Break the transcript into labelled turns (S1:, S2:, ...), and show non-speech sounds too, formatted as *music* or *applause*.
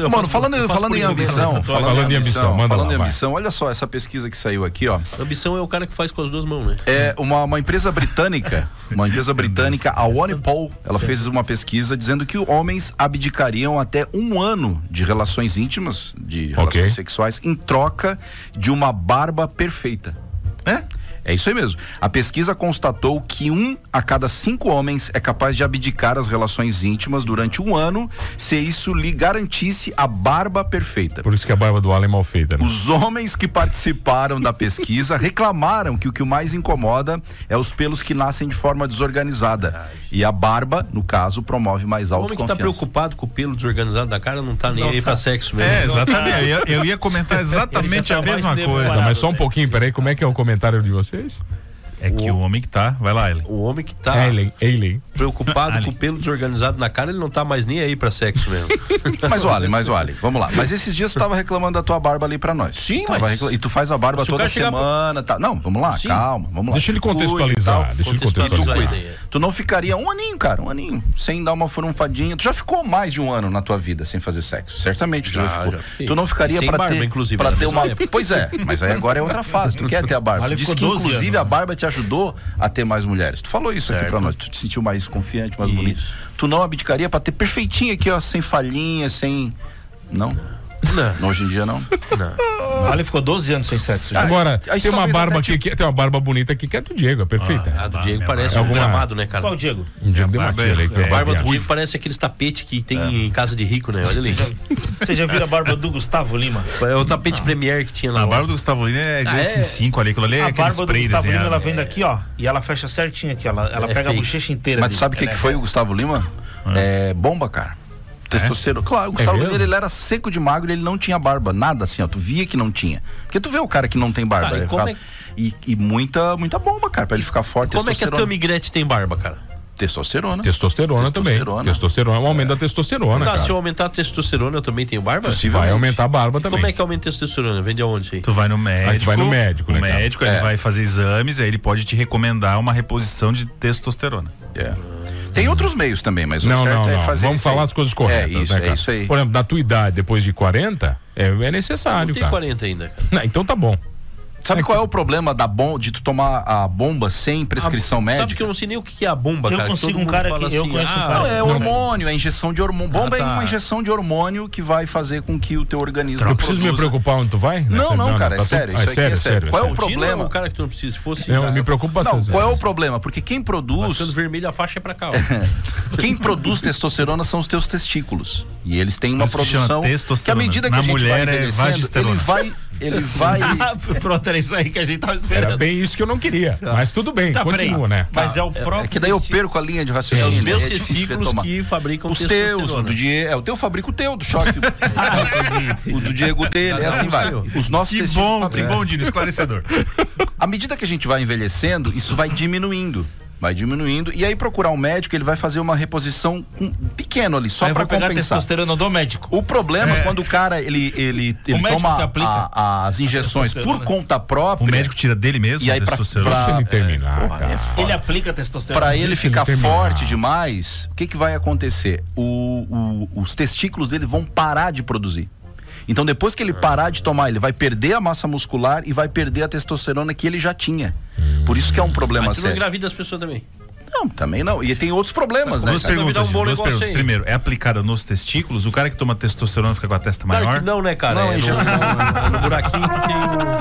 S1: eu
S2: Mano,
S1: faço-
S2: falando,
S1: eu faço
S2: falando
S1: por
S2: em
S1: envolver-
S2: ambição,
S1: Tô-
S2: falando,
S3: falando
S2: em
S3: em ambição,
S2: ambição,
S3: manda
S2: falando
S3: lá,
S2: em
S3: vai.
S2: ambição, olha só essa pesquisa que saiu aqui, ó.
S1: Ambição é o cara que faz com as duas mãos, né?
S2: É uma, uma empresa britânica, uma empresa britânica, a OnePoll, ela fez uma pesquisa dizendo que homens abdicariam até um ano de relações íntimas, de relações
S3: Ok.
S2: sexuais, em troca de uma barba perfeita. É? É isso aí mesmo. A pesquisa constatou que um a cada cinco homens é capaz de abdicar as relações íntimas durante um ano se isso lhe garantisse a barba perfeita.
S3: Por isso que a barba do Alan é mal feita, né?
S2: Os homens que participaram da pesquisa reclamaram que o que o mais incomoda é os pelos que nascem de forma desorganizada. E a barba, no caso, promove mais
S1: O homem que tá
S2: autoconfiança.
S1: preocupado com o pelo desorganizado da cara não tá nem
S4: Não
S1: aí
S4: tá.
S1: pra sexo mesmo.
S4: É, exatamente. Eu ia, eu ia comentar é exatamente
S1: Ele já
S4: a
S1: tá mais
S4: mesma
S3: Não,
S4: coisa.
S1: demorado. né?
S3: mas só um pouquinho, peraí, como é que é o comentário de vocês?
S4: É que o homem que tá. Vai lá, Ellen.
S1: O homem que tá
S3: Ellen, Ellen.
S1: preocupado
S4: É, *laughs* Ali.
S1: com o pelo desorganizado na cara, ele não tá mais nem aí pra sexo
S4: *laughs*
S1: mesmo.
S2: Mas olha, mas olha, vamos lá. Mas esses dias tu tava reclamando da tua barba ali pra nós.
S1: Sim,
S2: Tava
S1: mas-
S2: recla- E tu faz a barba
S1: Se o cara
S2: toda
S1: chegar pro-
S2: semana, tá? Não, vamos lá,
S1: Sim.
S2: calma, vamos lá.
S3: Deixa ele
S2: Tu cuida e
S3: contextualizar,
S2: tal.
S3: deixa ele
S1: Contextualizar.
S3: contextualizar.
S1: aí, é.
S2: Tu não ficaria um aninho, cara, um aninho, sem dar uma furunfadinha. Tu já ficou mais de um ano na tua vida sem fazer sexo, certamente tu já,
S1: Já,
S2: ficou.
S1: já fiquei.
S2: tu não ficaria
S1: E sem
S2: pra
S1: barba,
S2: ter,
S1: inclusive,
S2: pra
S1: na
S2: ter
S1: mesma
S2: uma...
S1: época.
S2: Pois é, mas aí agora é outra fase, tu
S1: *laughs*
S2: quer ter a barba.
S4: Ale
S2: Tu Diz que
S4: ficou 12
S2: inclusive
S4: anos,
S2: a barba te ajudou a ter mais mulheres. Tu falou isso aqui
S1: né? Certo.
S2: pra nós, tu te sentiu mais confiante, mais
S1: Isso.
S2: bonito. Tu não abdicaria pra ter perfeitinho aqui, ó, sem falhinha, sem... Não?
S1: Não,
S2: Não, Hoje em dia não.
S1: não.
S4: Ali ficou 12 anos sem sexo.
S2: Ah,
S3: *laughs*
S4: já.
S3: Agora,
S2: aí
S3: tem uma
S2: talvez
S3: barba
S2: até
S3: aqui, que, tem uma barba bonita aqui que é do Diego, é perfeita.
S1: A do
S4: Ah,
S1: Diego
S4: minha
S1: parece
S3: barba.
S1: um
S3: Alguma-
S1: gramado, né, cara?
S4: Qual o Diego?
S3: Um Diego deu uma
S4: barba
S3: tira aí,
S4: é-
S3: que eu
S4: é,
S1: A barba do
S3: acho.
S1: Diego parece aqueles tapetes que tem em casa de rico, né? Olha
S4: *laughs*
S1: ali.
S4: Você já viu a barba do Gustavo Lima?
S1: É o tapete
S4: Ah.
S1: Premier que tinha lá.
S5: A barba do Gustavo Lima é
S1: Ah,
S5: esse
S1: é?
S5: 5 ali, aquilo ali é
S4: a
S5: aquele
S4: barba do
S5: spray
S4: Gustavo Lima,
S5: desenhado. é.
S4: ela vem daqui, ó. E ela fecha certinho aqui, ó. Ela, ela
S1: É
S4: pega a
S1: fake.
S4: bochecha inteira.
S2: Mas tu
S4: ali.
S2: sabe o que,
S4: Ela
S2: que
S4: é-
S2: foi o Gustavo Lima? É, bomba, cara. Testosterona. Claro, o Gustavo Lima
S3: mesmo?
S2: ele era seco de magro e ele não tinha barba. Nada assim, ó. Tu via que não tinha. Porque tu vê o cara que não tem barba.
S1: Tá, e
S2: é,
S1: como
S2: cara,
S1: é-
S2: e, e muita, muita bomba, cara, pra ele ficar forte.
S1: Como é que a
S2: testosterona.
S1: Tammy Gretchen tem barba, cara?
S2: Testosterona.
S3: Testosterona,
S2: Testosterona.
S3: também. Testosterona, o aumento da
S4: é
S3: testosterona,
S1: Tá,
S3: cara.
S1: se eu aumentar a testosterona, eu também tenho barba?
S3: Vai aumentar a barba também.
S1: Como é que aumenta a testosterona? Vende aonde isso aí?
S5: Tu vai no médico.
S3: tu vai no médico, né,
S5: O
S3: cara?
S5: médico
S2: É.
S5: ele vai fazer exames, aí ele pode te recomendar uma reposição de testosterona.
S2: É. Tem outros meios também, mas o
S3: Não,
S2: certo
S3: não,
S2: é
S3: não.
S2: fazer
S3: Vamos
S2: isso aí.
S3: falar as coisas corretas,
S2: É isso,
S3: né,
S2: é
S3: cara?
S2: isso aí.
S3: Por exemplo, da tua idade, depois de 40, é, é
S1: Não
S3: necessário,
S1: tem
S3: cara.
S1: 40 ainda, cara.
S3: Não, então tá bom.
S2: Sabe qual é o problema da bom, de tu tomar a bomba sem prescrição médica?
S1: Sabe que eu não sei nem o que que é a bomba,
S4: Eu
S1: cara.
S4: consigo
S1: todo
S4: um
S1: mundo
S4: cara
S1: fala assim,
S4: que- eu conheço um cara
S2: Não, é
S4: Não,
S2: hormônio, é injeção de hormônio. Bomba
S1: Ah, tá.
S2: é uma injeção de hormônio que vai fazer com que o teu organismo.
S3: Eu preciso me
S2: produza.
S3: preocupar onde tu vai?
S2: Não, não, cara, é
S3: tudo-
S2: sério,
S3: ah,
S2: isso aqui é
S3: sério,
S2: sério.
S3: sério.
S2: Qual
S4: um
S2: é o
S1: O problema
S2: problema.
S1: é o cara que tu não precisa. Se fosse.
S3: Eu
S1: cara,
S3: me preocupo
S2: Não,
S3: bastante.
S2: qual é o problema? Porque quem
S1: tá
S2: produz.
S1: ficando vermelho, a faixa é
S2: *laughs*
S1: pra cá. ó.
S2: Quem produz testosterona são os teus testículos. E eles têm uma
S5: Isso chama
S2: produção que à
S5: testosterona.
S2: medida que
S5: Na
S2: a gente
S5: mulher é
S2: vai envelhecendo, ele
S5: vagisterona.
S2: vai ele vai
S4: Ah, *laughs* pronto, era isso aí que a gente tava esperando.
S3: Era bem isso que eu não queria.
S2: Ah.
S3: Mas tudo bem,
S4: Tá, peraí.
S3: continua, né?
S4: Mas é o próprio.
S2: é que daí eu
S4: destino.
S2: perco a linha de
S1: É
S2: raciocínio.
S1: os meus
S2: é difícil
S1: testículos
S2: retomar.
S1: que fabricam
S2: os teus, o
S1: testosterona.
S2: do Diego, é o teu fabrica o teu, do choque.
S1: *laughs*
S2: o do Diego dele, é assim vai. Os nossos
S5: Que
S2: testículos
S5: bom, que
S2: fabricam.
S5: bom, Dino, esclarecedor.
S2: À medida que a gente vai envelhecendo, isso vai diminuindo. Vai diminuindo. E aí procurar um médico, ele vai fazer uma reposição com- pequeno ali, só
S4: Aí eu
S2: pra
S4: vou pegar
S2: compensar.
S4: testosterona do médico.
S2: O problema é quando o cara ele, ele, ele
S4: médico
S2: toma
S4: que aplica.
S2: a- as injeções por
S4: testosterona.
S2: conta própria.
S5: O médico tira dele mesmo
S2: E aí
S5: a
S2: pra-
S5: testosterona.
S3: Deixa
S2: pra-
S3: ele terminar,
S2: Porra,
S3: cara.
S2: Ah, é foda.
S4: Ele aplica
S1: um
S4: testosterona.
S2: Pra ele
S3: Deixa ele
S2: ficar
S3: terminar.
S2: forte demais, o que, que vai acontecer? O- o- os testículos dele vão parar de produzir. Então, depois que ele parar de tomar, ele vai perder a massa muscular e vai perder a testosterona que ele já tinha. Por isso que é um problema
S1: Mas tu não
S2: sério.
S1: engravida as pessoas também.
S2: Não, também não. E tem outros problemas, né?
S5: Duas
S2: cara?
S1: Vai virar um
S5: perguntas,
S1: bom
S5: Dino, duas
S1: negócio
S5: perguntas.
S1: aí.
S5: Primeiro, é aplicada nos testículos? O cara que toma testosterona fica com a testa
S1: Claro
S5: maior?
S1: que não, né, cara?
S2: Não,
S1: é
S2: injeção.
S1: no, no buraquinho que tem. um- no-